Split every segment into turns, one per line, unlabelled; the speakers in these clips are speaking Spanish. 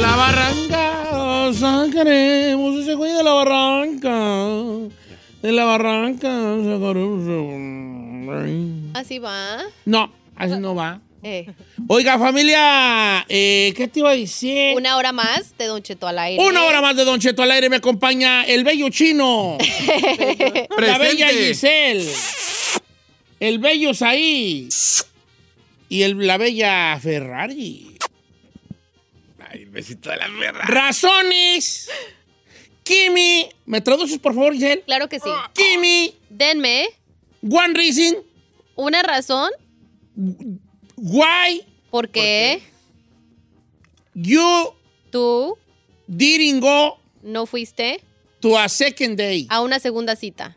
La barranca, sacaremos ese güey de la barranca. De la barranca, sacaremos.
Así va.
No, así no va.
Eh,
Oiga, familia, eh, ¿qué te iba a decir?
una hora más de Don Cheto al aire.
Una hora más de Don Cheto al aire me acompaña el bello chino, la bella Giselle, el bello Saí y el- la bella Ferrari.
Ay, el besito de la mierda.
Razones. Kimi, ¿me traduces por favor, Giselle?
Claro que sí.
Ah. Kimi,
Denme
one reason
una razón
why
por qué
you
tú
didn't go
no fuiste
to a second day.
a una segunda cita.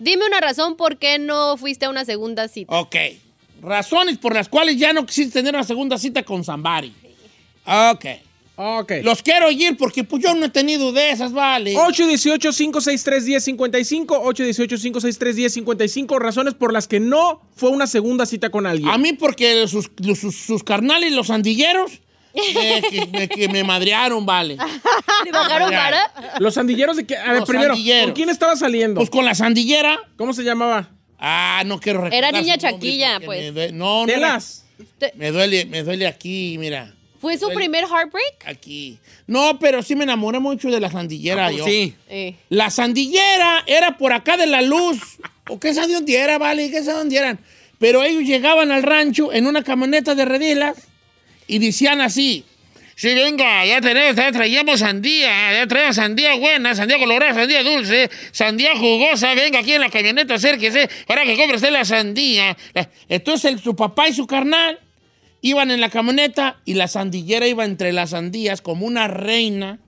Dime una razón por qué no fuiste a una segunda cita.
Ok. Razones por las cuales ya no quisiste tener una segunda cita con Zambari. Ok.
Ok.
Los quiero oír porque pues yo no he tenido de esas, vale.
Oh, 818-563-1055, 818-563-1055, razones por las que no fue una segunda cita con alguien.
A mí porque sus, los- sus, sus carnales, los sandilleros, eh, que, me, que me madrearon, vale.
Ah. ¿Te bajaron para?
Los sandilleros de que... A ver,
Los
primero,
sandilleros.
¿con quién estaba saliendo?
Pues con la sandillera.
¿Cómo se llamaba?
Ah, no quiero recordar.
Era niña
su nombre
chaquilla,
porque
pues.
me due- No, no. era-
Telas.
Me duele, me duele aquí, mira.
¿Fue su primer heartbreak?
Aquí. No, pero sí me enamoré mucho de la sandillera yo.
Ah, pues Sí.
Eh,
La sandillera era por acá de la luz. O qué sabe dónde era, vale, qué sabe dónde eran. Pero ellos llegaban al rancho en una camioneta de redilas y decían así. Sí, venga, ya tenemos, ya traíamos sandía, ya traemos sandía buena, sandía colorada, sandía dulce, sandía jugosa, venga aquí en la camioneta, acérquese, para que compre usted la sandía. La- Entonces el- su papá y su carnal iban en la camioneta y la sandillera iba entre las sandías como una reina,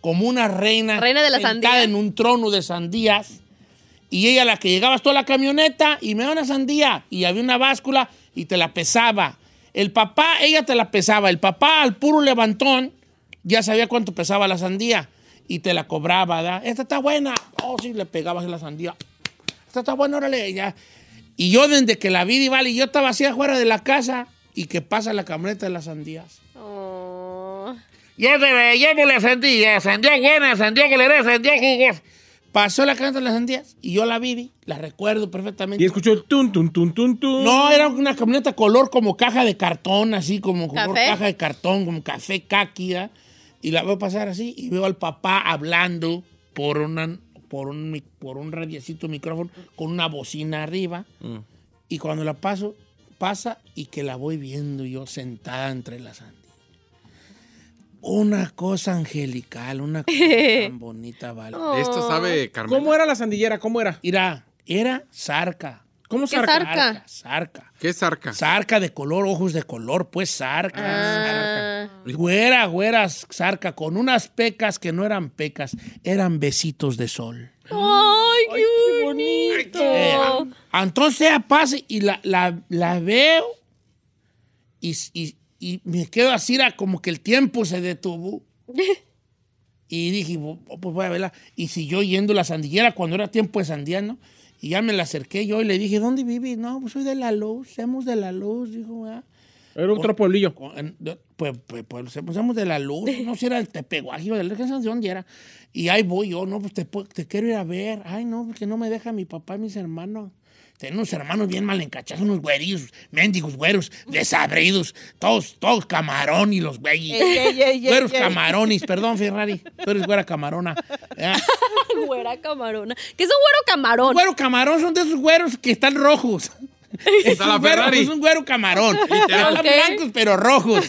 como una reina.
Reina de la
sentada
sandía.
en un trono de sandías. Y ella la que llegabas toda la camioneta y me da una sandía. Y había una báscula y te la pesaba. El papá, ella te la pesaba. El papá al puro levantón ya sabía cuánto pesaba la sandía. Y te la cobraba, ¿da? Esta está buena. Oh, sí, le pegabas en la sandía. Esta está buena, órale, ya. Y yo desde que la vi, y vale, yo estaba así afuera de la casa y que pasa la camioneta de las sandías.
oh,
Yo te llevo la sandía, sandía buena, sandía colorada, sandía jugosa. Pasó la camioneta de las sandías y yo la vi, la recuerdo perfectamente.
Y escuchó el tun, tun, tun, tun, tun.
No, era una camioneta color como caja de cartón, así como color
¿Café?
caja de cartón, como café caqui, ¿verdad? Y la veo pasar así y veo al papá hablando por, una, por, un, mic- por un radiecito micrófono con una bocina arriba. Y cuando la paso, pasa y que la voy viendo yo sentada entre las sandías. Una cosa angelical, una cosa tan bonita, vale.
Esto sabe, Carmen.
¿Cómo era la sandillera? ¿Cómo era?
Mira, era zarca.
¿Cómo
¿Qué
se arca?
zarca?
Zarca, zarca.
¿Qué es arca?
Zarca de color, ojos de color, pues zarca.
Ah.
zarca. Güera, güera, zarca, con unas pecas que no eran pecas, eran besitos de sol.
¡Ay, qué
bonito!
Oh.
Eh,
bonito!
entonces ya pasa y la, la- la veo y, y- y me quedo así, era como que el tiempo se detuvo. Y dije, "Bu- pues voy a verla. Y siguió yendo la sandillera cuando era tiempo de sandía, ¿no? Y ya me la acerqué yo y le dije, ¿dónde vives? No, pues soy de la luz, somos de la luz, dijo, "Ah". ¿verdad?
Era otro pueblillo.
Con- en- de- Pues, pues, pues, se- pues, somos de la luz, no sé, era el Tepeguají, o del- ¿qué sabes de dónde era. Y ahí voy yo, no, pues te, pu- te quiero ir a ver. Ay, no, porque no me deja mi papá y mis hermanos. Tengo unos hermanos bien mal encachazos, unos güerillos, mendigos güeros, desabridos, todos, todos camarón y los güeyes.
Ey, ey, ey, ey,
Güeros
ey.
camarones, perdón, Ferrari, tú eres güera camarona. Ah,
Güera camarona. ¿Qué es un güero camarón?
Güero camarón son de esos güeros que están rojos. Es
Está la
un, güero,
Ferrari.
es un güero camarón. Están
Ok.
blancos, pero rojos.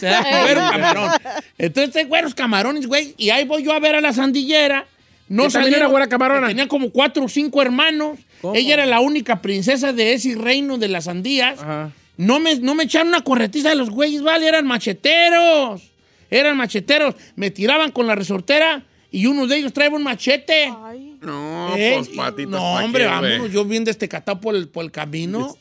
¿verdad? Güero camarón. Entonces, hay güeros camarones, güey. Y ahí voy yo a ver a la sandillera. No
Que también
salieron-
era güera camarona.
Tenía como cuatro o cinco hermanos.
¿Cómo?
Ella era la única princesa de ese reino de las sandías.
Ajá.
No me, no me echaron una corretiza de los güeyes, vale, eran macheteros. Eran macheteros. Me tiraban con la resortera y uno de ellos traía un machete.
Ay,
No,
¿Eh?
pues patitas.
No,
¿pa' qué,
hombre,
güey?
vámonos. Yo bien destecatado por el, por el camino.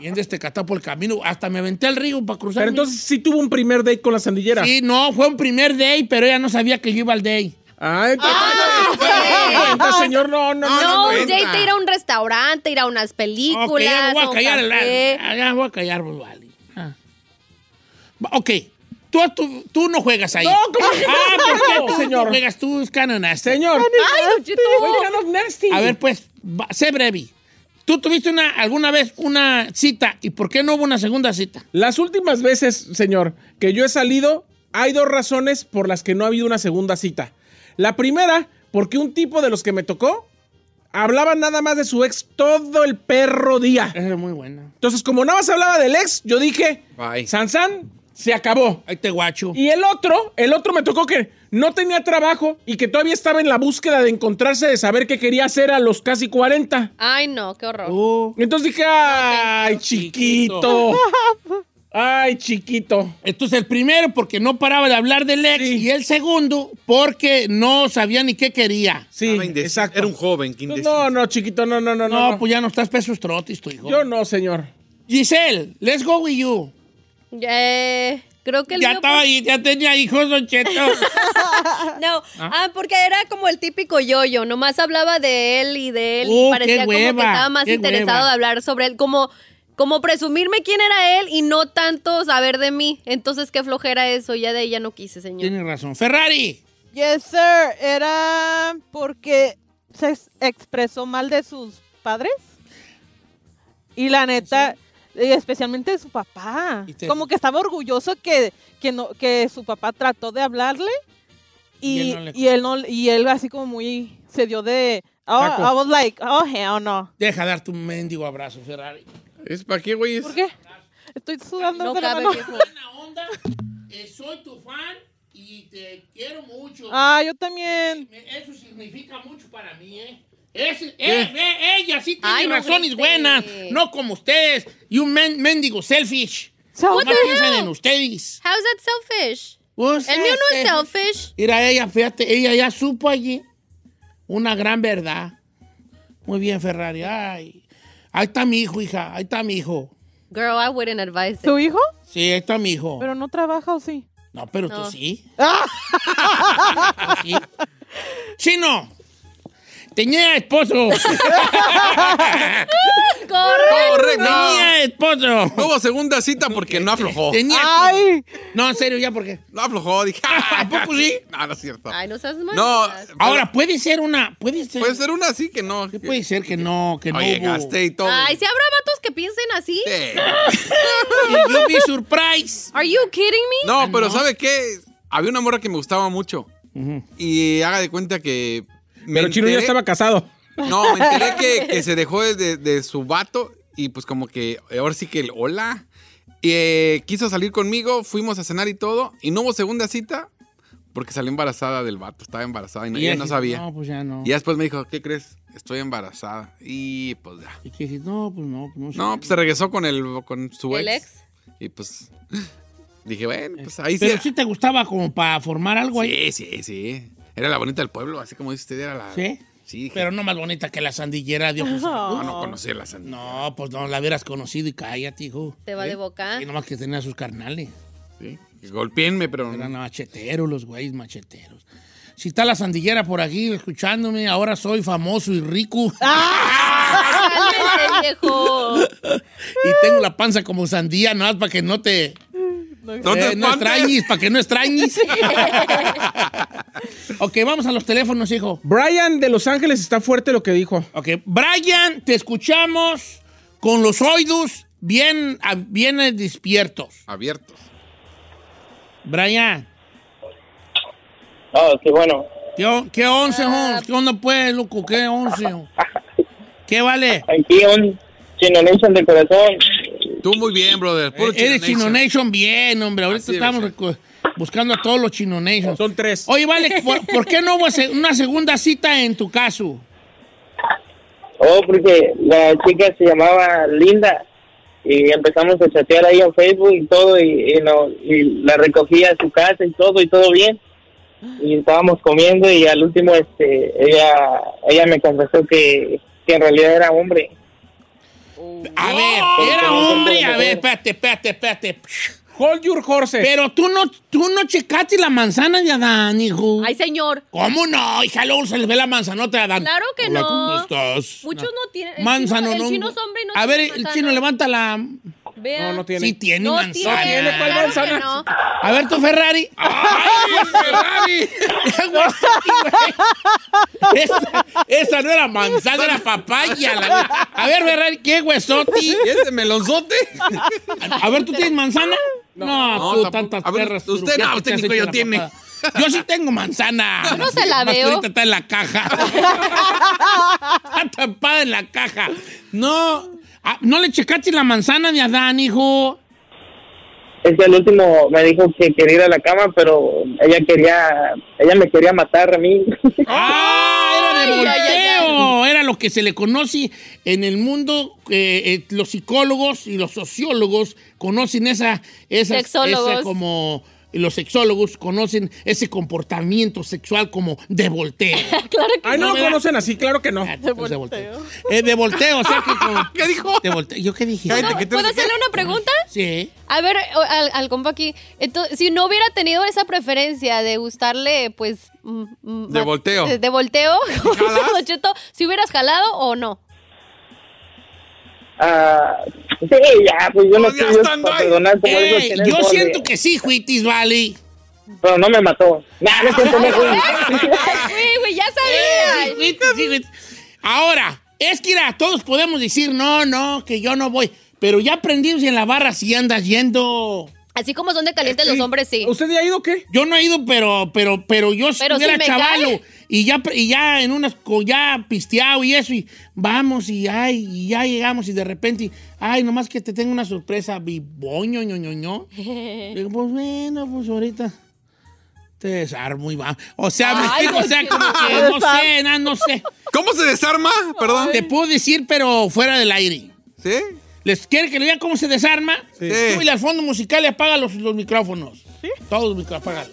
Bien destecatado por el camino. Hasta me aventé al río para cruzar.
Pero
mi-
entonces sí tuvo un primer date con la sandillera.
Sí, no, fue un primer day, pero ella no sabía que yo iba al day.
Ah, entonces, no cuenta, señor, no, no,
No,
no.
no
un
cuenta.
date ir a un restaurante, ir a unas películas.
Ok, ya me voy
un
a callar. la-
café.
ya me voy a callar, pues, vale. Ah. Va- Ok. Tú, tú, tú no juegas ahí.
No, ¿cómo que no?
Ah, ¿por qué tú,
Señor.
no juegas? Tú es cananaste.
Señor,
Ay, Don Cheto.
Ah, A ver, pues, va- sé breve. ¿Tú tuviste una, alguna vez una cita y por qué no hubo una segunda cita?
las últimas veces, señor, que yo he salido, hay dos razones por las que no ha habido una segunda cita. La primera, porque un tipo de los que me tocó hablaba nada más de su ex todo el perro día.
Esa es muy buena.
Entonces, como nada más hablaba del ex, yo dije,
Bye.
Sansan, se acabó.
Ahí te guacho.
Y el otro, el otro me tocó que no tenía trabajo y que todavía estaba en la búsqueda de encontrarse, de saber qué quería hacer a los casi 40.
Ay, no, qué horror.
Oh.
Entonces dije, ay, chiquito. Ay, chiquito.
Entonces, el primero, porque no paraba de hablar del ex.
Sí.
Y el segundo, porque no sabía ni qué quería.
Sí,
Estaba indeciso.
exacto.
Era un joven que indeciso.
No, no, chiquito, no, no, no,
No,
no. no.
pues ya no estás pesos trotis, tu hijo.
Yo no, señor.
Giselle, let's go with you.
Eh, creo que el
Ya
mío-
estaba ahí, ya tenía hijos, Don Cheto.
No, ah, porque era como el típico yo-yo, nomás hablaba de él y de él
Oh,
y parecía
qué
como
hueva,
que estaba más
qué
interesado
hueva.
de hablar sobre él, como, como presumirme quién era él y no tanto saber de mí. Entonces, qué flojera eso, ya de ella no quise, señor.
Tienes razón. Ferrari.
Yes, sir. Era porque se ex- expresó mal de sus padres. Y la neta, y especialmente de su papá.
Y te-
Como que estaba orgulloso que, que, no, que su papá trató de hablarle.
Y
Y,
él no le-
y él no y él así como muy se dio de oh,
Taco.
I was like, oh hell no.
Deja dar tu mendigo abrazo, Ferrari.
¿Es para qué, güey? Es-
¿Por qué? Estoy sudando,
No
pero
cabe,
no.
viejo.
Buena onda. eh, soy tu fan y te quiero mucho.
Ah, yo también.
Me- Eso significa mucho para mí, ¿eh? Es, eh, ve, ella sí tiene
Ay, no grite.
razones buenas, no como ustedes. Y un men- mendigo selfish.
So-
No piensan en ustedes.
How's that selfish?
Pues,
El mío no
este,
es selfish.
Mira, ella, fíjate, ella ya supo allí una gran verdad. Muy bien, Ferrari. Ay, ahí está mi hijo, hija. Ahí está mi hijo.
Girl, I wouldn't advise it.
¿Su hijo?
Sí, ahí está mi hijo.
Pero no trabaja o sí.
no, pero
No.
tú sí. Tú sí. Chino. Tenía esposo.
Corre.
Correcto.
Tenía esposo.
Ah. No hubo segunda cita porque no aflojó.
Tenía
Ay,
No, en serio, ya porque.
No aflojó, dije. "Ah,
¿A poco sí?
No, no es cierto.
Ay, no seas mal.
No,
Ahora, puede ser una. Puede ser.
puede ser una así que no.
¿Qué puede ser que no, que no.
No
hubo?
llegaste y todo.
Ay, si habrá vatos que piensen así.
Sí.
Y yo vi surprise.
Are you kidding me?
No, pero ¿sabe qué? Había una morra que me gustaba mucho. Y haga de cuenta que. me
Pero Chino ya
enteré-
estaba casado.
No, me enteré que, que se dejó de, de- de su vato y pues como que ahora sí que el hola. Y, eh, quiso salir conmigo, fuimos a cenar y todo. Y no hubo segunda cita porque salió embarazada del vato. Estaba embarazada y no, ella
ella
no
dice,
sabía.
No, pues ya no.
Y ya después me dijo, ¿qué crees? Estoy embarazada. Y pues ya.
Y que dije, no, pues no, pues no. sé.
No, pues se regresó con el con su ex.
¿El ex?
Y pues dije, bueno, pues ahí
Pero
sí.
sí te gustaba como para formar algo ahí.
Sí, sí, sí. Era la bonita del pueblo, así como dice usted, era la.
¿Sí?
Sí, dije,
Pero no más bonita que la sandillera de ojos.
no,
azules.
no conocí a la sandía.
No, pues no la hubieras conocido y cállate, hijo.
Te va de boca.
¿Eh? Y nomás que tenía sus carnales.
Sí. Golpéenme, pero.
Eran
no.
macheteros, los güeyes macheteros. Si está la sandillera por aquí escuchándome, ahora soy famoso y rico.
viejo.
Y tengo la panza como sandía, nada más para que no te.
No te
Eh, no
espantes.
extrañes, para que no extrañes. ok, vamos a los teléfonos, hijo.
Brian de Los Ángeles está fuerte lo que dijo.
Ok, Brian, te escuchamos con los oídos bien, a- bien eh, despiertos.
Abiertos.
Brian,
Ah, qué bueno.
¿qué, on- qué once,
Ah.
once? ¿Qué onda, pues, loco? ¿Qué once? ¿Qué vale?
Aquí un chino Nation de corazón.
Tú muy bien, brother. Puro
Eh, Eres Chino
Chino Nation.
Nation bien, hombre. Ahorita
Así debe
estamos
ser.
recu- buscando a todos los Chino Nations.
Son tres.
Oye, vale, ¿por, por qué no hubo se- una segunda cita en tu caso?
Oh, porque la chica se llamaba Linda y empezamos a chatear ahí en Facebook y todo y, y no- y la recogí a su casa y todo y todo bien. Y estábamos comiendo y al último este ella ella me confesó que, que en realidad era hombre.
A ver, era hombre, a ver, espérate, espérate, espérate.
Hold your horses.
Pero tú no, tú no checaste la manzana de Adán, hijo.
Ay, señor.
¿Cómo no? Hija, luego se le ve la manzanota de Adán.
Claro que
Hola,
no.
¿cómo estás?
Muchos no, tienen. el
Manzano,
chino-
no.
El chino es hombre y no
A ver,
tiene
el
manzana.
chino levanta la...
Vea.
No, no tiene.
Sí tiene
No
manzana.
tiene,
¿cuál
claro
manzana?
que no.
A ver tu Ferrari.
¡Ay, Ferrari!
esa, esa no era manzana, era papaya. la- A ver, Ferrari, ¿qué huesoti?
¿Y este ese melonzote?
A ver, ¿tú tienes manzana? No,
No,
tú
tampoco.
tantas
A ver,
perras.
usted
truqueas
no,
que te has
técnico,
hecho
yo
la
tiene.
papada. Yo sí tengo manzana.
Yo no se la
Nomás que
veo.
Ahorita está en la caja. está tapada en la caja. No, ah, no le checaste la manzana de Adán, hijo.
Es que al último me dijo que quería ir a la cama, pero ella quería ella me quería matar a mí.
¡Ah! Era de
Ay, ay, ay,
volteo. Era lo que se le conoce en el mundo. eh, eh, los psicólogos y los sociólogos conocen esa. esa
Sexólogos.
esa como. Los sexólogos conocen ese comportamiento sexual como de volteo.
Claro que
Ay, no,
No,
lo
¿verdad?
conocen así, claro que no.
Ah, entonces de volteo. Eh, de volteo, o sea que como-
¿Qué dijo?
De volteo. ¿Yo qué dije?
Cállate,
no.
¿qué te-
¿Puedo
qué?
hacerle una pregunta?
Sí. Eh,
A ver, o- al, al compa aquí. Entonces, si no hubiera tenido esa preferencia de gustarle, pues. mm, mm,
De
ma-
volteo.
De, de volteo, como dice
jalas?
Don Cheto, si hubieras jalado o no.
Ah, sí, ya, pues yo no
Pues ya
sé Dios
estando
para
ahí.
perdonar, como dijo
Eh,
Chino,
yo
pobre.
siento que sí, Juitis Valley.
Pero no me mató. Nah, no es cierto, no fue.
Güey, güey, ya sabía.
Juitis, sí, Juitis. Ahora, es que mira, todos podemos decir, no, no, que yo no voy. Pero ya aprendidos en la barra si andas yendo.
Así como son de calientes los hombres, sí.
¿Usted ya ha ido qué?
Yo no he ido, pero, pero, pero yo si
Pero
era
sí me
chavalo.
cae.
Y ya, pre- y ya en unas, co- ya pisteado y eso, y vamos, y ay, y ya llegamos, y de repente, y, ay, nomás que te tengo una sorpresa, biboño, ño, ño, ño. Digo, pues bueno, pues ahorita te desarmo y va. O sea, me
Ay,
explico, o sea,
Dios
como que
mío.
no sé, na, no sé.
¿Cómo se desarma? Perdón.
Te puedo decir, pero fuera del aire.
¿Sí?
¿Les quiere que le diga cómo se desarma?
Sí.
Tú y al fondo musical y apaga los, los micrófonos. Todos los micrófonos, apágalos.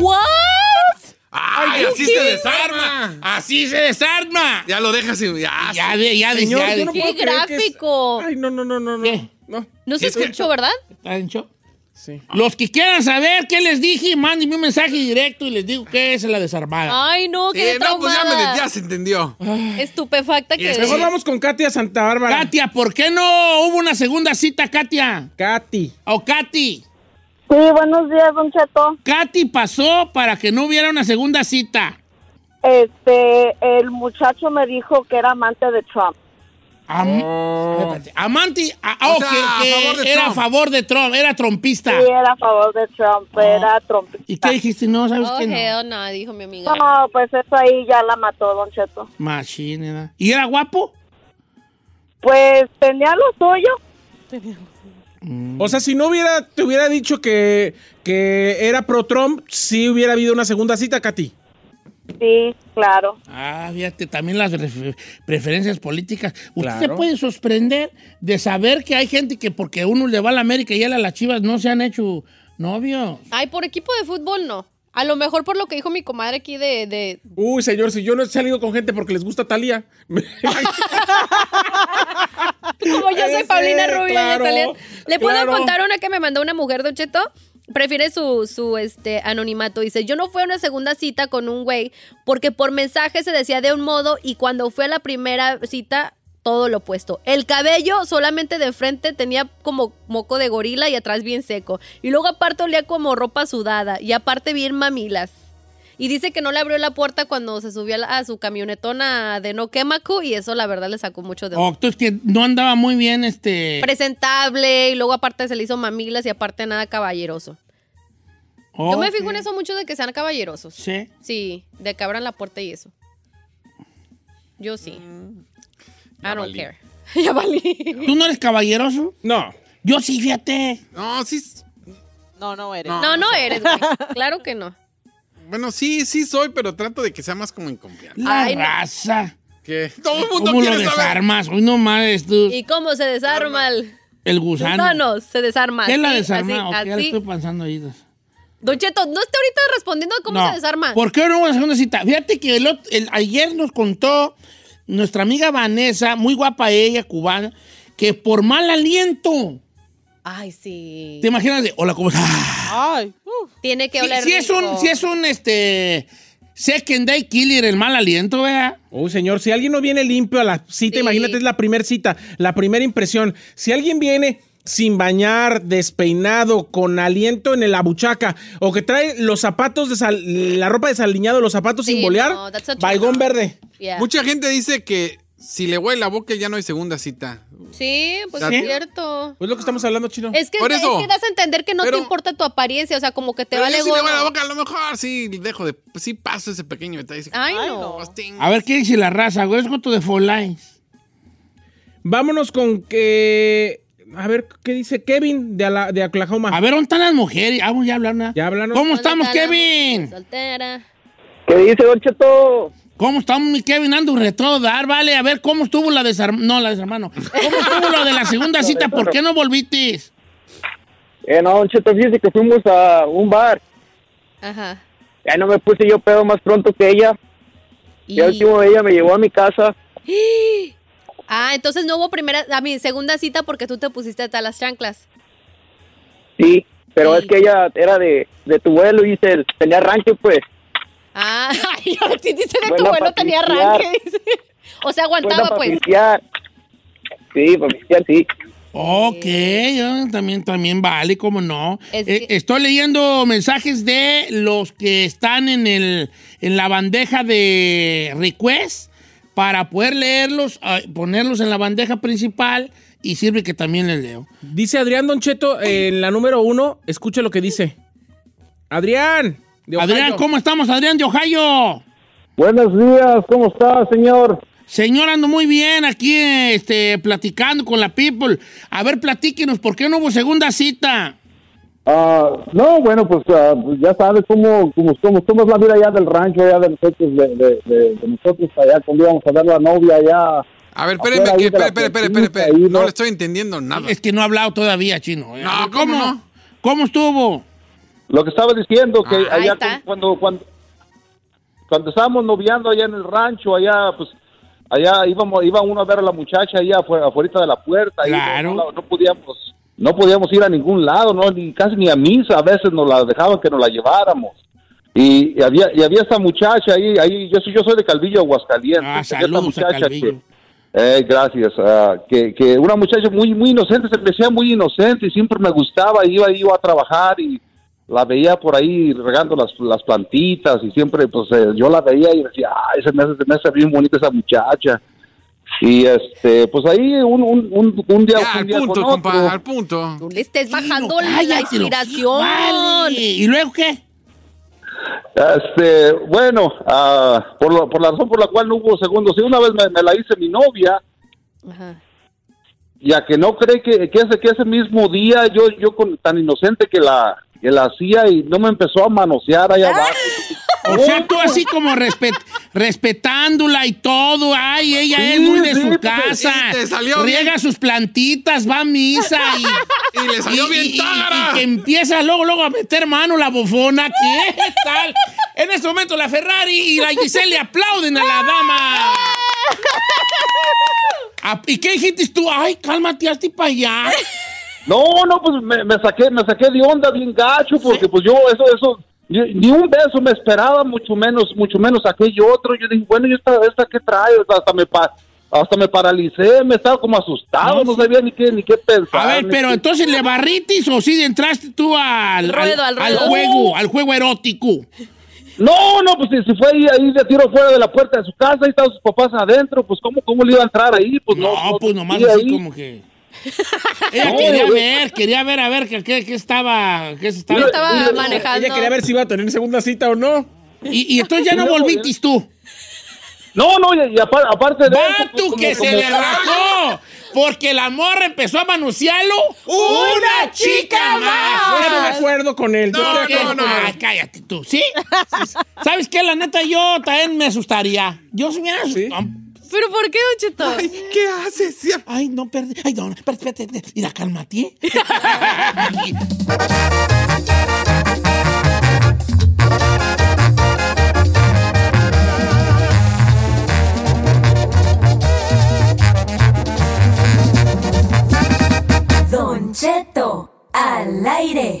¿What?
¡Ay, así se desarma!
¡Así se desarma!
Ya lo dejas y ya.
Ya, de, ya, de,
Señor,
ya de-
yo no
¡Qué
puedo creer que es-
gráfico!
Ay, no, no, no, no, no.
¿Qué?
No,
No se
Es que-
escuchó, ¿verdad?
¿Está en shock?
sí.
Los que quieran saber qué les dije, mándenme un mensaje directo y les digo que es la desarmada.
Ay, no, qué
Eh, no, pues ya, me,
traumada.
ya se entendió.
Estupefacta
Y
que
es
Mejor vamos con Katia Santa Bárbara.
Katia, ¿por qué no hubo una segunda cita, Katia?
Katy.
O Katy.
Sí, buenos días, Don Cheto.
Katy pasó para que no hubiera una segunda cita.
Este, el muchacho me dijo que era amante de Trump.
Am- Espérate, Amante, ah, ah,
O
oh,
sea,
que-
a
que
favor de
era a
Trump.
favor de Trump, era trompista. Oh,
Sí, era a favor de Trump, era trompista.
¿Y qué dijiste? No, ¿sabes
Oh,
qué? No.
hell no, dijo mi amiga.
No, pues eso ahí ya la mató, Don Cheto.
Machine, ¿verdad? ¿Y era guapo?
Pues tenía lo suyo.
O sea, si no hubiera, te hubiera dicho que, que era pro Trump, sí hubiera habido una segunda cita, Katy.
Sí, claro.
Ah, fíjate, también las ref- preferencias políticas. Usted
Claro.
se puede sorprender de saber que hay gente que porque uno le va a la América y él a las Chivas no se han hecho novios.
Ay, por equipo de fútbol no. A lo mejor por lo que dijo mi comadre aquí de... de...
Uy, señor, si yo no he salido con gente porque les gusta Talía.
Como yo
Puede
soy Paulina
ser,
Rubio y
claro,
Natalia. ¿Le puedo
claro.
contar una que me mandó una mujer, Don Cheto? prefiere su, su este, anonimato. Dice, yo no fui a una segunda cita con un güey porque por mensaje se decía de un modo y cuando fue a la primera cita, todo lo opuesto. El cabello solamente de frente tenía como moco de gorila y atrás bien seco. Y luego aparte olía como ropa sudada y aparte bien mamilas. Y dice que no le abrió la puerta cuando se subió a, la- a su camionetona de No Quemacu y eso la verdad le sacó mucho de onda
Oh, tú es que no andaba muy bien este...
presentable y luego aparte se le hizo mamilas y aparte nada caballeroso.
Oh,
Yo me fijo en eso mucho de que sean caballerosos. Sí,
Sí.
de que abran la puerta y eso. Yo sí.
Mm.
Ya
I don't
valí.
care. ya valí.
¿Tú no eres caballeroso?
No.
Yo sí, fíjate.
No, sí. s-
No, no eres.
No.
No, no eres, güey. Claro que no.
Bueno, sí, sí soy, pero trato de que sea más como en confianza.
La
Ay, no.
raza.
Que todo el mundo
¿Cómo lo
quiere saber.
desarmas? Hoy no mames, tú.
¿Y cómo se desarma el
El gusano.
gusano? Se desarma.
¿Qué es la
así,
desarma? ¿O
así,
qué
así.
estoy pensando ahí?
Don Cheto, ¿no está ahorita respondiendo a cómo
No.
se desarma?
¿Por qué no hubo una segunda cita? Fíjate que el ot- el- ayer nos contó nuestra amiga Vanessa, muy guapa ella, cubana, que por mal aliento.
Ay, sí.
¿Te imaginas de, hola, ¿cómo estás?
Ay, uf.
Tiene que
Si,
oler
si es
rico.
un, si es un, este, second day killer, el mal aliento, ¿verdad?
Uy, señor, si alguien no viene limpio a la cita,
Sí.
imagínate, es la primera cita, la primera impresión. Si alguien viene sin bañar, despeinado, con aliento en la buchaca, o que trae los zapatos, de sal- la ropa desaliñada, los zapatos
Sí,
sin bolear,
no, that's a true.
baigón verde.
Yeah.
Mucha gente dice que si le huele la boca ya no hay segunda cita.
Sí, pues
¿Sí?
es cierto.
Pues lo que estamos hablando, chino.
Es que,
Por
es
eso.
que das a entender que no
Pero-
te importa tu apariencia, o sea, como que te
Pero
vale
yo si le
gorro.
huele la boca, a lo mejor sí dejo de. pues Sí paso ese pequeño detalle. pues, así como,
Ay,
Ay,
no.
no.
"Hosting".
A ver, ¿qué dice la raza? güey? Es goto de four lines.
Vámonos con que... A ver, ¿qué dice Kevin de, Ala- de Oklahoma?
A ver, ¿dónde están las mujeres? Ah, ya hablaron. ¿verdad?
Ya hablaron.
¿Dónde
¿Cómo estamos,
está la
Kevin?
mujer Soltera.
¿Qué dice, Don Cheto?
¿Cómo estamos, mi Kevin? Ando un retrodar, vale. A ver, ¿cómo estuvo la desarma? No, la desarma no. ¿Cómo estuvo lo de la segunda cita? ¿Por qué no volviste?
Eh, no, Don Cheto, fíjese que fuimos a un bar.
Ajá.
Ya no me puse yo pedo más pronto que ella. Y al
Y-
último ella me llevó a mi casa.
Ah, entonces no hubo primera, a mi segunda cita porque tú te pusiste hasta las chanclas.
Sí, pero
Sí.
es que ella era de, de tu vuelo y se, tenía rancho, pues.
Ah, ay, sí dice que tu
Buena
abuelo
pa'
tenía
pistear.
arranque. dice. O sea, aguantaba
Buena pa'
pues.
pistear. Sí, para pistear, sí.
Ok, ah, también, también vale, cómo no.
Es
Eh,
que-
estoy leyendo mensajes de los que están en, el, en la bandeja de request para poder leerlos, ah, ponerlos en la bandeja principal y sirve que también les leo.
Dice Adrián Doncheto eh, en la número uno, escuche lo que dice. Adrián. de Ohio.
Adrián, ¿cómo estamos, Adrián de Ohio?
Buenos días, ¿cómo está, señor?
Señor, ando muy bien aquí este, platicando con la people. A ver, platíquenos, ¿por qué no hubo segunda cita?
Ah, no, bueno, pues ah, pues ya sabes cómo, cómo, cómo somos la vida allá del rancho, allá de nosotros, de, de, de- de nosotros allá, cuando íbamos a ver la novia allá.
A ver, espérenme,
Afuera
que,
ahí de la
espere, espere, espere, espere,
tiendita,
espere.
ahí,
No
¿no?
le estoy entendiendo nada.
Es que no ha hablado todavía, chino. A
No,
ver,
¿cómo no?
¿Cómo estuvo?
Lo que estaba diciendo, que
Ah, ahí
allá
está.
cu- cuando, cuando, cuando estábamos noviando allá en el rancho, allá, pues, allá íbamos, iba uno a ver a la muchacha allá afuera, afuera de la puerta. ahí no-
Claro.
no, la- no podíamos, no podíamos ir a ningún lado, no, ni casi ni a misa, a veces nos la dejaban que nos la lleváramos. Y, y había y había esta muchacha ahí, ahí yo soy yo soy de Calvillo, Aguascalientes.
Ah,
Había esta
saludos a Calvillo.
que- eh, gracias. ah, que, que una muchacha muy muy inocente, se me hacía muy inocente y siempre me gustaba. Iba, iba a trabajar y la veía por ahí regando las, las plantitas y siempre pues eh, yo la veía y decía, ay, se me hace, se me hace bien bonita esa muchacha. Y este, pues ahí un, un, un, un día,
Ya,
un
al
día
punto,
con otro.
compa, al punto.
No le estés bajando
Chino,
la
cállate, lo-
inspiración.
Vale. ¿Y luego qué?
Este, bueno, ah, por, lo- por la razón por la cual no hubo segundo, si una vez me, me la hice mi novia,
Ajá.
ya que no cree que, que, ese, que ese mismo día yo, yo con, tan inocente que la, que la hacía y no me empezó a manosear allá abajo.
O sea, tú así como respet- respetándola y todo. Ay, ella
Sí,
es muy de
sí,
su
pues,
casa.
y te salió
Riega
bien.
sus plantitas, va a misa y...
Y le salió
y- y-
bien
y-
tágara.
y que empieza luego, luego a meter mano la bofona. ¿Qué tal? En este momento la Ferrari y la Giselle le aplauden a la dama. Ah, ¿Y qué dijiste tú? Ay, cálmate, hazte para allá.
No, no, pues me, me saqué, me saqué de onda bien gacho, porque pues yo eso, eso, ni, ni un beso me esperaba, mucho menos, mucho menos aquello otro. Yo dije, bueno, yo esta, esta qué trae, O sea, hasta me pa- hasta me paralicé, me estaba como asustado, no, sabía ni qué, ni qué pensar.
A ver,
ni
pero
qué-
entonces le barritis o sí entraste tú al,
Ruedo, al ruedo. Uh.
juego, al juego erótico.
No, no, pues si, si fue ahí, ahí de tiro fuera de la puerta de su casa, ahí estaban sus papás adentro, pues cómo, cómo le iba a entrar ahí, pues no.
No, pues nomás
sí,
así
ahí.
como que. Ella
No,
quería
güey.
ver, quería ver a ver qué, qué- qué estaba. Qué se estaba.
Yo
Estaba
Ella
manejando.
Ella quería ver si iba a tener segunda cita o no.
Y, y entonces ya no
No, güey.
volvitis tú.
No, no, y, y apar- aparte de
¡Va
eso, pues,
tú
como-
que se
como-
le rajó! Porque la morra empezó a manunciarlo. ¡Una chica
Yo
más! pues,
estoy de acuerdo con él. yo
Ah, No,
estoy de
que-
acuerdo con él.
ay, cállate tú, ¿sí? ¿Sabes qué? La neta, yo también me asustaría. Yo sí me asustaría.
¿Pero por qué, Don Cheto?
¿Qué haces?
Ay, no, perdí. Ay, no, espérate, espérate, espérate. Mira, cálmate.
Don Cheto, al aire.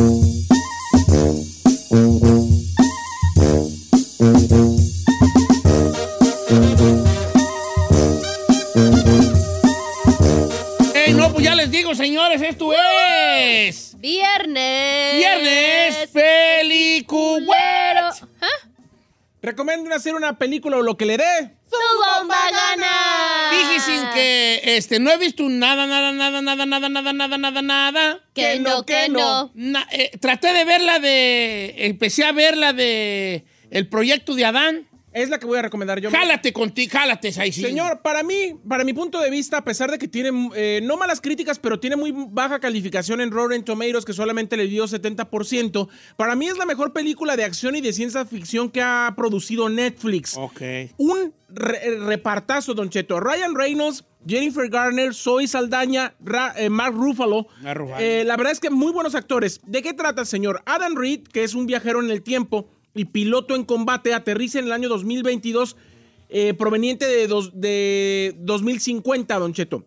Ey, no, pues ya les digo, señores, esto es.
Viernes.
Viernes Pelicuero.
Pero. ¿Ah?
Recomiendo hacer una película o lo que le dé.
¡Tu bomba gana!
Dije sin que este, no he visto nada, nada, nada, nada, nada, nada, nada, nada, nada.
Que no, que no.
Na- eh, traté de ver la de. Empecé a ver la de. El proyecto de Adán.
Es la que voy a recomendar yo.
Jálate contigo, jálate, ahí
Señor, para mí, para mi punto de vista, a pesar de que tiene eh, no malas críticas, pero tiene muy baja calificación en Rotten Tomatoes, que solamente le dio 70%, para mí es la mejor película de acción y de ciencia ficción que ha producido Netflix.
Ok.
Un re- repartazo, Don Cheto. Ryan Reynolds, Jennifer Garner, Zoe Saldaña, Ra- eh, Mark Ruffalo.
Mark Ruffalo.
Eh, la verdad es que muy buenos actores. ¿De qué trata, señor? Adam Reed, que es un viajero en el tiempo y piloto en combate, aterriza en el año 2022, eh, proveniente de, dos- de 2050, Don Cheto.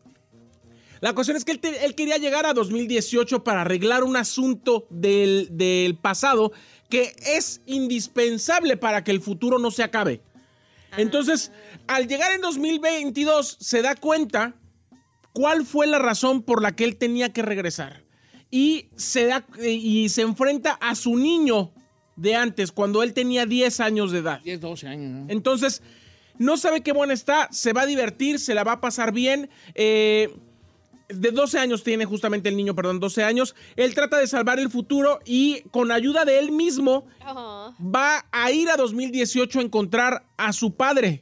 La cuestión es que él, te- él quería llegar a 2018 para arreglar un asunto del, del pasado que es indispensable para que el futuro no se acabe. Entonces, al llegar en 2022, se da cuenta cuál fue la razón por la que él tenía que regresar. Y se, da, y se enfrenta a su niño de antes, cuando él tenía 10 años de edad.
10, 12 años,
Eh,
¿no?
Entonces, no sabe qué buena está, se va a divertir, se la va a pasar bien. eh, de 12 años tiene justamente el niño, perdón, 12 años. Él trata de salvar el futuro y con ayuda de él mismo
Ajá.
va a ir a 2018 a encontrar a su padre.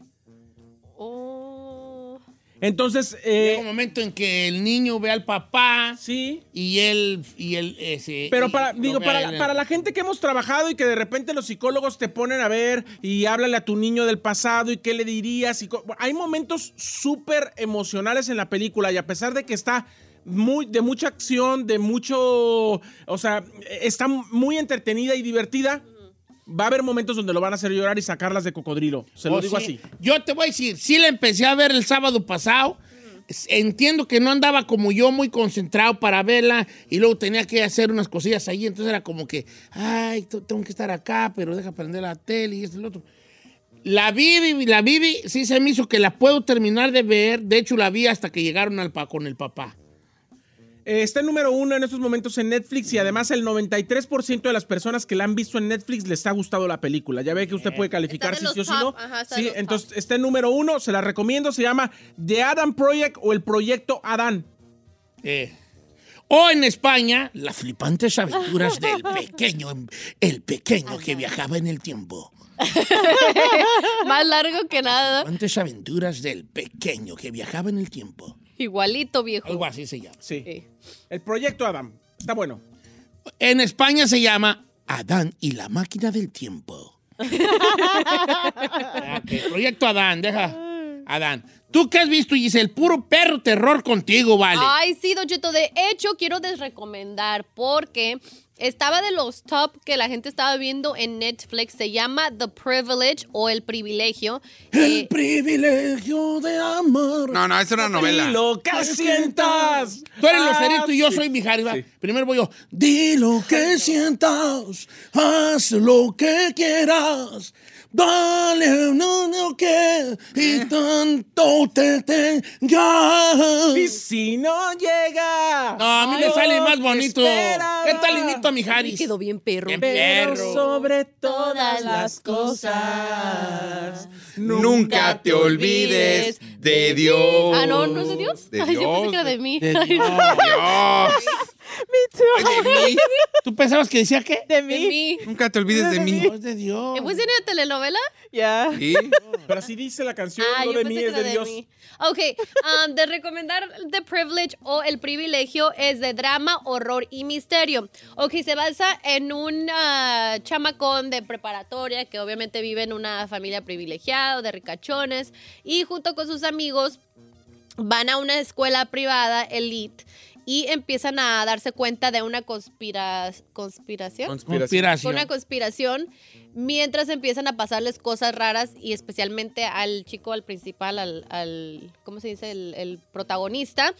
Oh.
Entonces,
Llega un
eh,
momento en que el niño ve al papá
sí.
y él. Y él ese,
Pero
y
para,
lo
digo,
ve a
para,
él.
para la gente que hemos trabajado y que de repente los psicólogos te ponen a ver y háblale a tu niño del pasado y qué le dirías. y co- hay momentos súper emocionales en la película y a pesar de que está muy, de mucha acción, de mucho, o sea, está muy entretenida y divertida, va a haber momentos donde lo van a hacer llorar y sacarlas de cocodrilo. Se lo
Oh,
digo así.
sí. Yo te voy a decir, sí la empecé a ver el sábado pasado. S- Entiendo que no andaba como yo muy concentrado para verla y luego tenía que hacer unas cosillas ahí, entonces era como que, ay, t- tengo que estar acá, pero deja prender la tele y esto y lo otro. La vi, vi- la vi, vi, sí se me hizo que la puedo terminar de ver, de hecho la vi hasta que llegaron al pa- con el papá.
Eh, está en número uno en estos momentos en Netflix y además el 93% de las personas que la han visto en Netflix les ha gustado la película. Ya ve que usted puede calificar
Está
si
de
sí o
los
si no.
top, ajá, está de
sí,
los
entonces está en número uno, se la recomiendo, se llama The Adam Project o el Proyecto Adán.
Eh, O en España, las flipantes aventuras del pequeño, el pequeño que viajaba en el tiempo.
Más largo que nada.
Antes aventuras del pequeño que viajaba en el tiempo.
Igualito, viejo.
Algo así se llama.
Sí.
Sí.
El Proyecto Adán. Está bueno.
En España se llama Adán y la máquina del tiempo. Ah, ok, Proyecto Adán, deja. Adán. ¿Tú qué has visto, Giselle? Puro perro terror contigo, vale.
Ay, sí, Don Cheto. De hecho, quiero desrecomendar porque estaba de los top que la gente estaba viendo en Netflix. Se llama The Privilege o El Privilegio.
El privilegio de amor.
No, no, es una novela.
Dilo que sientas. Tú eres
Ah,
Lucerito y yo soy Mijares. va. Primero voy yo. Di lo que sientas. Haz lo que quieras. Dale no lo que y tanto te tengas.
Y si no llega.
No, a mí me
Ay,
sale
lo
más
que
bonito.
esperaba.
¿Qué tal imito a Mijares?
Quedó bien perro.
Bien
Pero
perro.
sobre todas las cosas.
Nunca te olvides de Dios.
Ah, no, ¿no es de Dios?
De
Ay, yo pensé que era de
Dios.
mí.
De
Ay,
Dios.
Dios. De mí.
¿Tú pensabas que decía qué?
De
de
mí.
mí.
Nunca te olvides de mí.
No, es de Dios.
¿Eh, ¿Pues tiene telenovela?
Ya.
Sí.
Pero así dice la canción,
Ah,
no
yo
de
pensé
mí,
que
es
era
de,
de
Dios.
mí. Ok, um, de recomendar The Privilege o El Privilegio es de drama, horror y misterio. Ok, se basa en un ah, chamacón de preparatoria que obviamente vive en una familia privilegiada, de ricachones, y junto con sus amigos van a una escuela privada, elite, y empiezan a darse cuenta de una conspira- conspiración. Fue
Conspiración.
una conspiración mientras empiezan a pasarles cosas raras y especialmente al chico, al principal, al, al- ¿cómo se dice? El, el protagonista.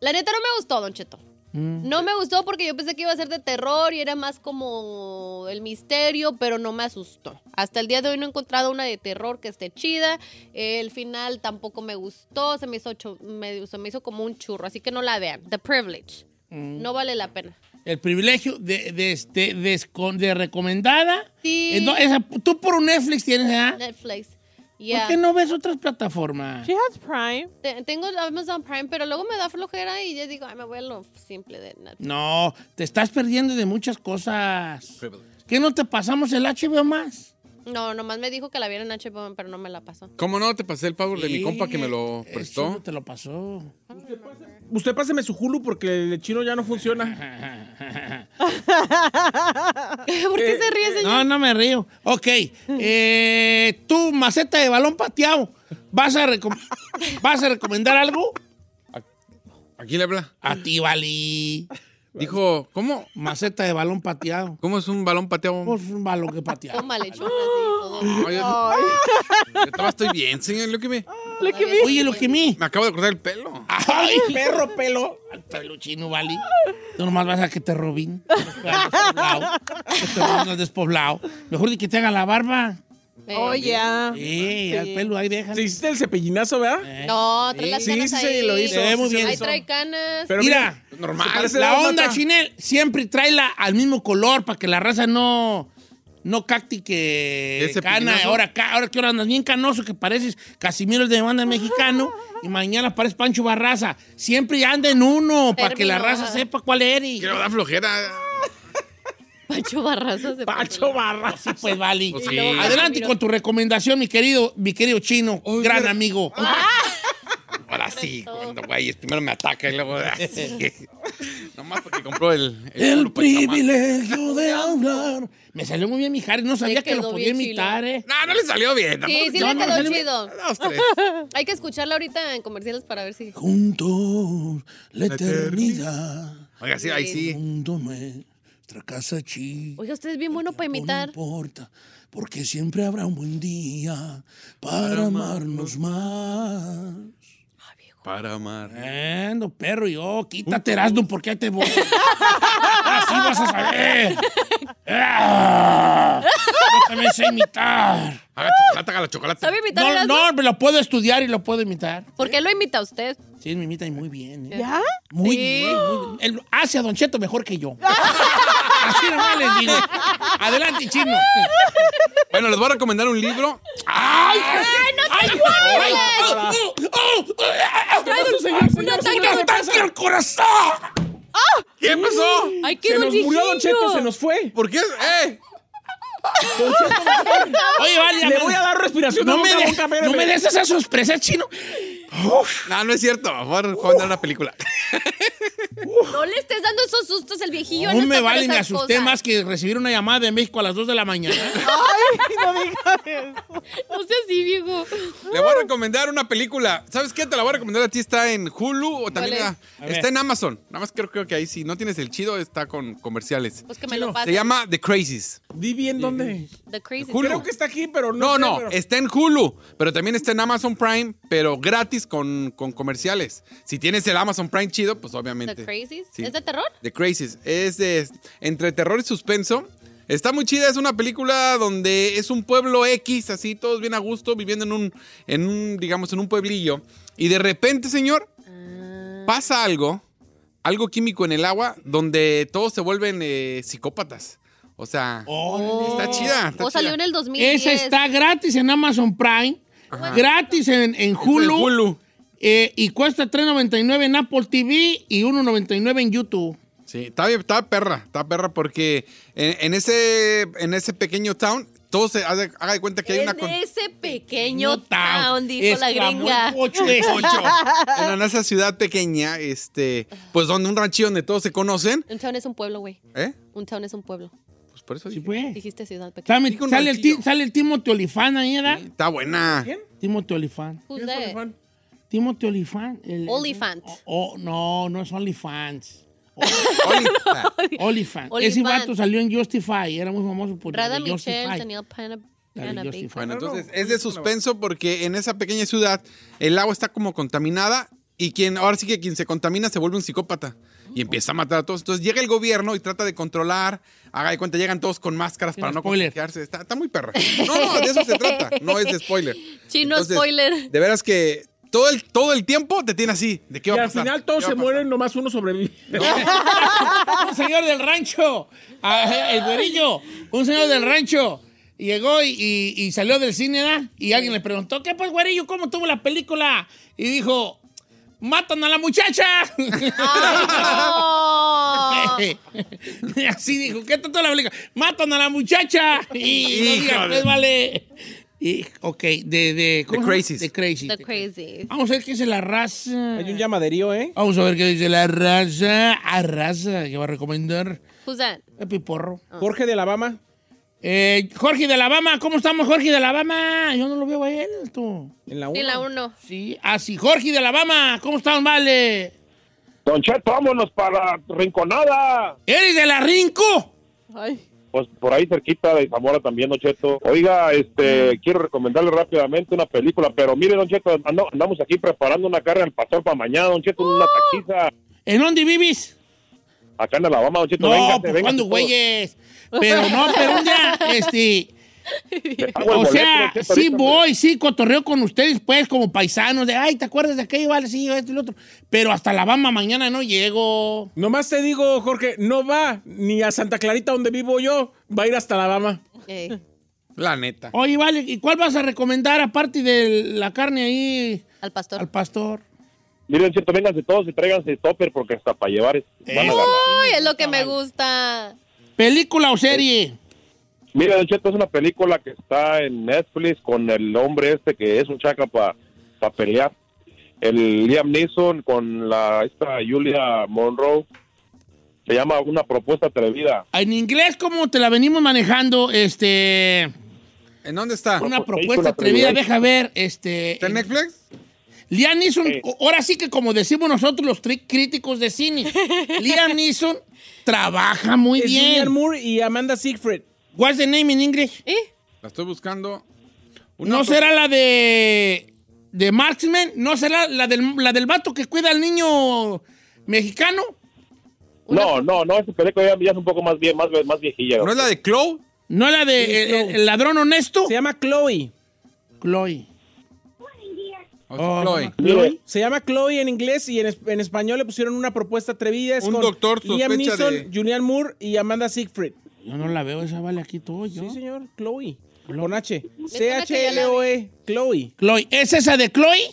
La neta no me gustó, Don Cheto.
Mm.
No me gustó porque yo pensé que iba a ser de terror y era más como el misterio, pero no me asustó. Hasta el día de hoy no he encontrado una de terror que esté chida. El final tampoco me gustó, se me hizo, chu- me- se me hizo como un churro, así que no la vean. The Privilege.
Mm.
No vale la pena.
El privilegio de, de, este- de escon- de recomendada.
Sí.
Eh, no, esa- tú por un Netflix tienes, ¿ah?
Netflix.
¿Por
Yeah.
qué no ves otras plataformas?
She has Prime.
Te- Tengo el Amazon Prime, pero luego me da flojera y yo digo, ay, me voy a lo simple de Netflix.
No, te estás perdiendo de muchas cosas. ¿Qué no te pasamos el HBO más?
No, nomás me dijo que la viera en HBO, pero no me la pasó.
¿Cómo no? Te pasé el favor de mi
Sí,
compa que me lo
el
prestó.
chulo te lo pasó.
Usted páseme su Hulu porque el chino ya no funciona.
¿Por qué se ríe, señor?
No, no me río. Ok. eh, tú, maceta de balón pateado, ¿vas a, recom- ¿vas a recomendar algo?
Aquí le habla.
A ti, Vali.
Dijo, ¿cómo?
Maceta de balón pateado.
¿Cómo es un balón pateado?
Pues un balón que pateado.
Toma lechona, así, todo.
Ay, yo, yo todavía estoy bien, señor. Lo que me,
Look at me.
Oye, lo que me.
me acabo de cortar el pelo.
¡Ay, perro pelo! Al peluchino, Vali. Tú nomás vas a que te robin. Despoblado. Que te robin al despoblado. Mejor di que te haga la barba.
Eh,
Oh, yeah.
Sí, al
Sí.
pelo ahí deja.
Se hiciste el cepillinazo, ¿verdad?
Eh.
No, trae las
Sí,
canas
sí,
ahí.
sí, lo hizo,
Se ve muy sí, bien.
Ahí
hizo.
trae canas.
Pero
Mira,
se
Normal.
parece
la
de
onda
mata.
Chinel siempre tráela al mismo color para que la raza no no cacti que
Ese
cana.
pepinazo.
Ahora, ca- ahora que ahora andas bien canoso que pareces Casimiro el de banda mexicano y mañana pareces Pancho Barraza. Siempre anda en uno para que la
Termino.
raza sepa cuál eres.
Quiero dar flojera.
Pacho Barraza. se
Pacho
pasó.
Barra.
Sí, pues vale.
Pues
Y
sí.
luego
Adelante
Casimiro.
con tu recomendación, mi querido, mi querido chino,
Oye, Ah,
gran
pero-
amigo.
Ahora sí, cuando güey, primero me ataca y luego así. Nomás porque compró el.
El
culo para chamar.
privilegio de hablar. Me salió muy bien mi Harry, no sabía que lo
quedó
podía
bien
imitar, eh.
No, no le salió bien.
Sí, sí
No,
le
no,
quedó
no, no.
chido.
Dos, tres.
Hay que escucharla ahorita en comerciales para ver si...
Juntos, la
La eternidad.
eternidad.
Oiga, sí, ahí sí.
Mundo nuestra casa chica.
Oiga, usted es bien bueno para imitar.
No importa, porque siempre habrá un buen día para amarnos más.
Para amar.
Ando, perro, yo, quítate, Erasmo, porque ahí te voy. Así vas a saber. Ah, Yo también sé imitar.
Haga chocolate, haga la chocolate.
¿Sabe imitar
No,
Erasmo?
no, me lo puedo estudiar y lo puedo imitar.
¿Por qué lo imita usted?
Sí, me imita y muy bien. ¿eh?
¿Ya?
Sí.
Muy bien, muy bien. Él hace a Don Cheto mejor que yo. Así nomás les digo. Adelante, chino.
Bueno, les voy a recomendar un libro.
¡Ay! ¡Ay, no te
un ataque.
al corazón!
¿Qué pasó?
Ay, qué
Se nos
dolchillo.
murió Don Cheto, se nos fue.
¿Por qué? ¡Eh!
Oye, vale,
Le voy a dar respiración.
No
de boca
me,
a
de-
boca, espérame.
no me des esa sorpresa, chino.
No, no es cierto. Mejor Juan era una película.
No le estés dando esos sustos al viejillo.
No
él está
me
para
vale, me
esas
asusté
cosas.
más que recibir una llamada de México a las 2 de la mañana.
Ay, no digas
No seas así, viejo.
Le voy a recomendar una película. ¿Sabes qué? Te la voy a recomendar a ti. Está en Hulu o también
¿Cuál es?
la-
A ver.
está en Amazon. Nada más creo, creo que ahí si no tienes el chido está con comerciales.
Pues que me lo
Se
pases.
llama The Crazies.
Di bien dónde.
The Crazy.
Hulu.
Creo que está aquí, pero
No, no,
no. sé, pero-
está en Hulu, pero también está en Amazon Prime, pero gratis con, con comerciales. Si tienes el Amazon Prime chido, pues obviamente.
The Crazies.
Sí.
¿Es de terror?
The Crazies. Es de- entre terror y suspenso. Está muy chida, es una película donde es un pueblo X, así todos bien a gusto, viviendo en un, en un digamos, en un pueblillo. Y de repente, señor,
Ah.
pasa algo, algo químico en el agua, donde todos se vuelven eh, psicópatas. O sea,
Oh.
Oh,
está chida. está
O salió
chida.
en el 2010.
Esa está gratis en Amazon Prime, gratis en, en Hulu, eh, y cuesta $3.99 en Apple TV y $1.99 en YouTube.
Sí, está, bien, está perra, está perra porque en, en ese, en ese pequeño town, todo se haga de, haga de cuenta que hay una...
En
con-
ese pequeño
Pequeño town,
town, dijo la
exclamó
gringa.
el pocho. Bueno, en esa ciudad pequeña, este, pues donde un ranchillo donde todos se conocen,
Un town es un pueblo, güey.
¿eh?
Un town es un pueblo.
Pues por eso
Sí,
dije,
pues.
Dijiste ciudad pequeña.
Sale,
un
sale el, ti- sale el Timothy Olyphant ahí, ¿verdad?
está buena.
Timothy Olyphant.
Who's that?
Timothy Olyphant. el-
Olifant.
Oh, no, no es OnlyFans.
Oli-
OnlyFans.
Olifant.
Ese vato salió en Justify, era muy famoso por la
Rada
de
Michelle,
Justify.
Daniel Pana-
La de
Panabi.
Justify.
Bueno, entonces es de suspenso porque en esa pequeña ciudad el agua está como contaminada y quien ahora sí que quien se contamina se vuelve un psicópata y empieza a matar a todos. Entonces llega el gobierno y trata de controlar, haga de cuenta, llegan todos con máscaras para no contagiarse. Está, está muy perra. No, no, de eso se trata, no es de spoiler.
Chino
Entonces,
spoiler.
De veras que todo el, todo el tiempo te tiene así, de qué
Y
va a
al
pues,
pasar.
final todos
¿Qué va
se
a
mueren, nomás uno sobrevive.
un señor del rancho, ah, el güerillo, un señor del rancho. Llegó y, y- y salió del cine, ¿da? Y alguien le preguntó, ¿qué pues, güerillo, cómo tuvo la película? Y dijo, ¡matan a la muchacha! Así dijo, ¿qué tanto la película? ¡Matan a la muchacha! Y no digas,
Híjole.
pues, vale. Y, ok, de... de ¿cómo se llama?
Crazies.
De Crazy.
The Crazy.
Vamos a ver qué dice la raza.
Hay un llamaderío, ¿eh?
Vamos a ver qué dice la raza. A raza, que va a recomendar.
Who's that?
El piporro.
Jorge de Alabama.
Eh, Jorge de Alabama, ¿cómo estamos, Jorge de Alabama? Yo no lo veo a él, tú.
En la
Sí,
una.
la uno.
Sí, así, Jorge de Alabama, ¿cómo estamos, vale?
Don Cheto, vámonos para Rinconada.
¿Eres de la Rinco?
Ay.
Pues por ahí cerquita de Zamora también, Don Cheto. Oiga, este, quiero recomendarle rápidamente una película, pero mire, Don Cheto, ando- andamos aquí preparando una carne al pastor para mañana, Don Cheto, en una taquiza.
¿En dónde vivís?
Acá en Alabama, Don Cheto,
No,
véngase,
pues
véngase
cuando
todos.
güeyes. Pero no, pero un día, este.
Le hago el
O
boleto,
sea,
Don Cheto,
sí
ahorita.
voy, sí cotorreo con ustedes, pues, como paisanos, de ay, ¿te acuerdas de aquello? Vale, sí, esto y lo otro. Pero hasta Alabama mañana no llego.
Nomás te digo, Jorge, no va ni a Santa Clarita donde vivo yo, va a ir hasta Alabama.
Eh,
pasar? La neta.
Oye, vale, ¿y cuál vas a recomendar aparte de la carne ahí
al pastor.
al pastor?
Mire, Don Cheto, vénganse todos y tráiganse topper porque hasta para llevar es- van a
Eso.
ganar.
Uy, es lo que me gusta.
¿Película o serie?
Mira, Don Cheto, es una película que está en Netflix con el hombre este que es un chaca para pelear. El Liam Neeson con la esta Julia Monroe. Se llama Una propuesta atrevida.
En inglés, ¿cómo te la venimos manejando? Este.
¿En dónde está?
Una
Propuesta
propuesta atrevida,
atrevida.
deja ver. Este.
¿Está en Netflix?
Liam Neeson,
Sí.
ahora sí que como decimos nosotros los tri- críticos de cine, Liam Neeson trabaja muy
es Julian
bien.
Moore y Amanda Siegfried.
What's the name in English?
¿Eh?
La estoy buscando. Una
¿No
pro-
será la de. de Marksman? ¿No será la del, la del vato que cuida al niño mexicano?
No, no, no, esa película ya, ya es un poco más bien, más, más viejilla.
¿No es la de Chloe?
¿No la de
Sí,
el,
Chloe.
el- el ladrón honesto?
Se llama Chloe.
Chloe.
¿O es
Oh,
Chloe?
no.
Mire,
Se llama Chloe en inglés y en, es- en español le pusieron una propuesta atrevida. Es
Un
con
doctor
Liam
sospecha
Neeson,
de-
Julian Moore y Amanda Siegfried.
Yo no la veo, esa vale aquí todo yo.
Sí, señor, Chloe. Con H.
suena que ya la
C-H-L-O-E, Chloe.
Chloe, ¿es esa de Chloe?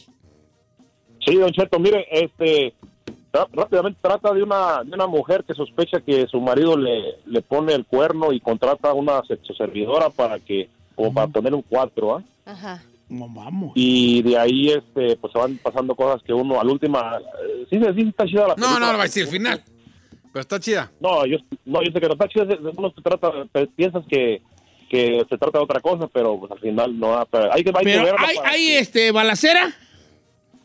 sí, Don Cheto, mire, este, tra- rápidamente trata de una, de una mujer que sospecha que su marido le, le pone el cuerno y contrata a una sexoservidora para que, como para poner un cuatro, ¿ah?
Ajá.
Vamos.
Y de ahí este, pues se van pasando cosas que uno, a la última, eh, sí, sí, sí está chida la
No,
película.
no, lo va a decir el final. Pero está chida.
No, yo, no, yo sé que no está chido. de- de- Uno se trata, pe- piensas que, que se trata de otra cosa, pero pues, al final no. ah, pero Hay que, hay que
Pero
verla
hay,
para-
hay este, balacera.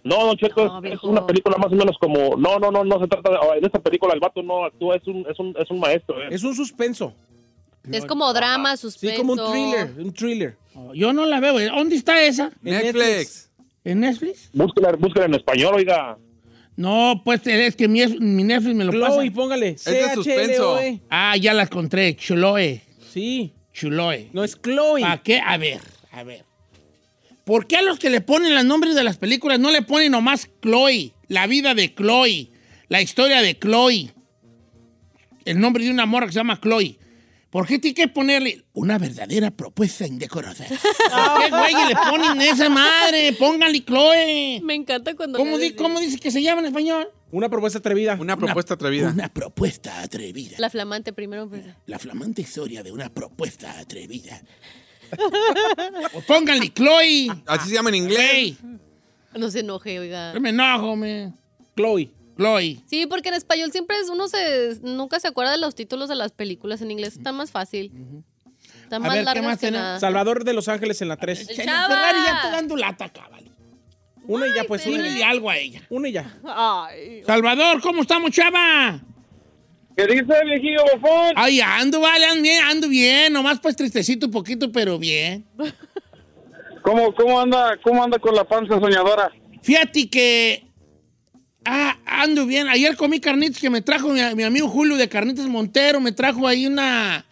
No, Don Checo, es- es, una película más o menos como. No, no, no, no se trata de. oh, En esta película el vato no actúa, es un, es un, es un maestro. eh.
Es un suspenso.
Es como drama, suspenso.
Sí, como un thriller, un thriller.
Yo no la veo. ¿Dónde está esa?
Netflix.
¿En Netflix?
Búsquela, búsquela en español, oiga.
No, pues es que mi, es- mi Netflix me lo
Chloe,
pasa.
póngale. Es de suspenso. CHLOE.
Ah, ya la encontré. Chuloe.
Sí.
Chuloe.
No es Chloe.
¿Para qué? A ver, a ver. ¿Por qué a los que le ponen los nombres de las películas no le ponen nomás Chloe? La vida de Chloe. La historia de Chloe. El nombre de una morra que se llama Chloe. ¿Por qué tiene que ponerle una verdadera propuesta indecorosa? ¿Por qué, güey, le ponen esa madre? Pónganle Chloe.
Me encanta cuando.
¿Cómo,
le
di-
decís.
¿Cómo dice que se llama en español?
Una propuesta atrevida.
Una propuesta atrevida.
Una propuesta atrevida.
La flamante primero. pues.
La flamante historia de una propuesta atrevida. O pónganle Chloe.
Así se llama en inglés.
No se enoje, oiga.
Yo Me enojo, me.
Chloe.
Chloe.
Sí, porque en español siempre es, uno se nunca se acuerda de los títulos de las películas. En inglés está más fácil. Está más largas que nada.
Salvador de Los Ángeles en la 3.
El Chava. Ferrari ya está
dando lata, cabrón.
Una y ya, pues una.
Pónganle algo a ella.
Una y ya.
Ay.
Salvador, ¿cómo estamos, chava?
¿Qué dice, viejillo bofón?
Ay, ando, vale, ando bien, ando bien. Nomás pues tristecito un poquito, pero bien.
¿Cómo, cómo, anda, ¿Cómo anda con la panza soñadora?
Fíjate que... Ah, ando bien. Ayer comí carnitas que me trajo mi, mi amigo Julio de Carnitas Montero. Me trajo ahí una...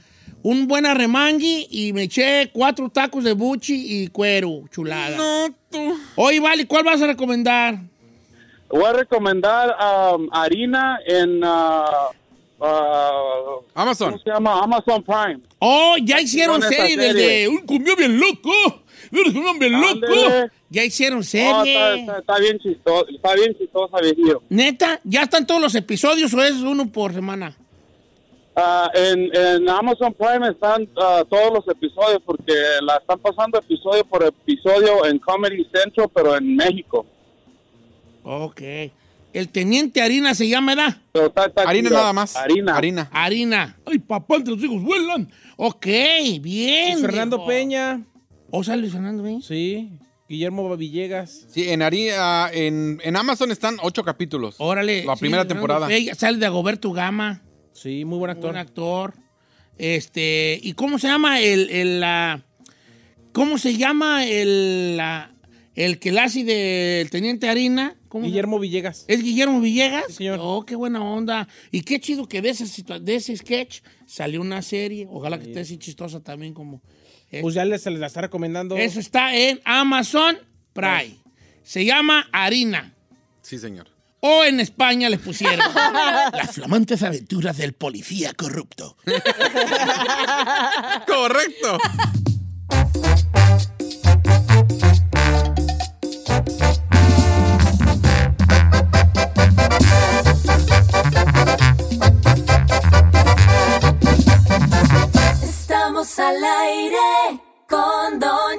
Un buen arremangui y me eché cuatro tacos de buchi y cuero, chulada.
No, tú.
Oye, Vale, ¿cuál vas a recomendar?
Voy a recomendar um, harina en ah, ah,
Amazon.
¿Cómo se llama? Amazon Prime.
Oh, ya hicieron
Hicieron esa
serie del
serie.
de un cumbión bien loco. Eres un hombre loco.
Ándale.
Ya hicieron
Oh, está,
serie.
está- está bien chistoso, está bien chistosa, viejillo.
Neta, ¿ya están todos los episodios o es uno por semana?
Ah, en, en Amazon Prime están ah, todos los episodios porque la están pasando episodio por episodio en Comedy Central, pero en México.
Ok. El teniente harina se llama, ¿verdad?
Pero está- está
Harina
chido.
nada más.
Harina.
Harina.
Harina. Ay, papá, entre los hijos vuelan. Ok, bien.
Y Fernando
viejo.
Peña.
¿O sale Fernando ¿eh? Peña?
Sí. Guillermo Villegas.
Sí, en, Ari- ah, en, en Amazon están ocho capítulos.
Órale.
La
sí,
primera
Fernando
temporada.
Peña. Sale de Agoberto Gama,
Sí, muy buen actor.
un actor. Este, ¿y cómo se llama el, el, la- cómo se llama el, la- el que la hace del teniente harina? ¿Cómo se-
Guillermo Villegas.
¿Es Guillermo Villegas?
Sí, señor.
Oh, qué buena onda. Y qué chido que de ese, situa- de ese sketch salió una serie. Ojalá que esté así chistosa también como... eh.
Pues ya les, se les la está recomendando.
Eso está en Amazon Prime.
Pues.
Se llama Harina.
Sí, señor.
O en España les pusieron Las flamantes aventuras del policía corrupto.
Correcto.
Estamos al aire con Don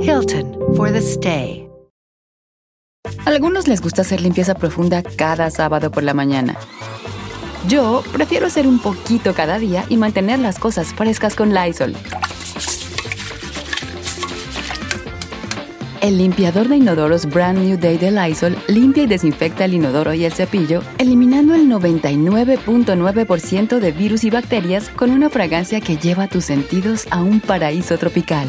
Hilton for the stay.
Algunos les gusta hacer limpieza profunda cada sábado por la mañana. Yo prefiero hacer un poquito cada día y mantener las cosas frescas con Lysol. El limpiador de inodoros Brand New Day de Lysol limpia y desinfecta el inodoro y el cepillo, eliminando el 99.9% de virus y bacterias con una fragancia que lleva tus sentidos a un paraíso tropical.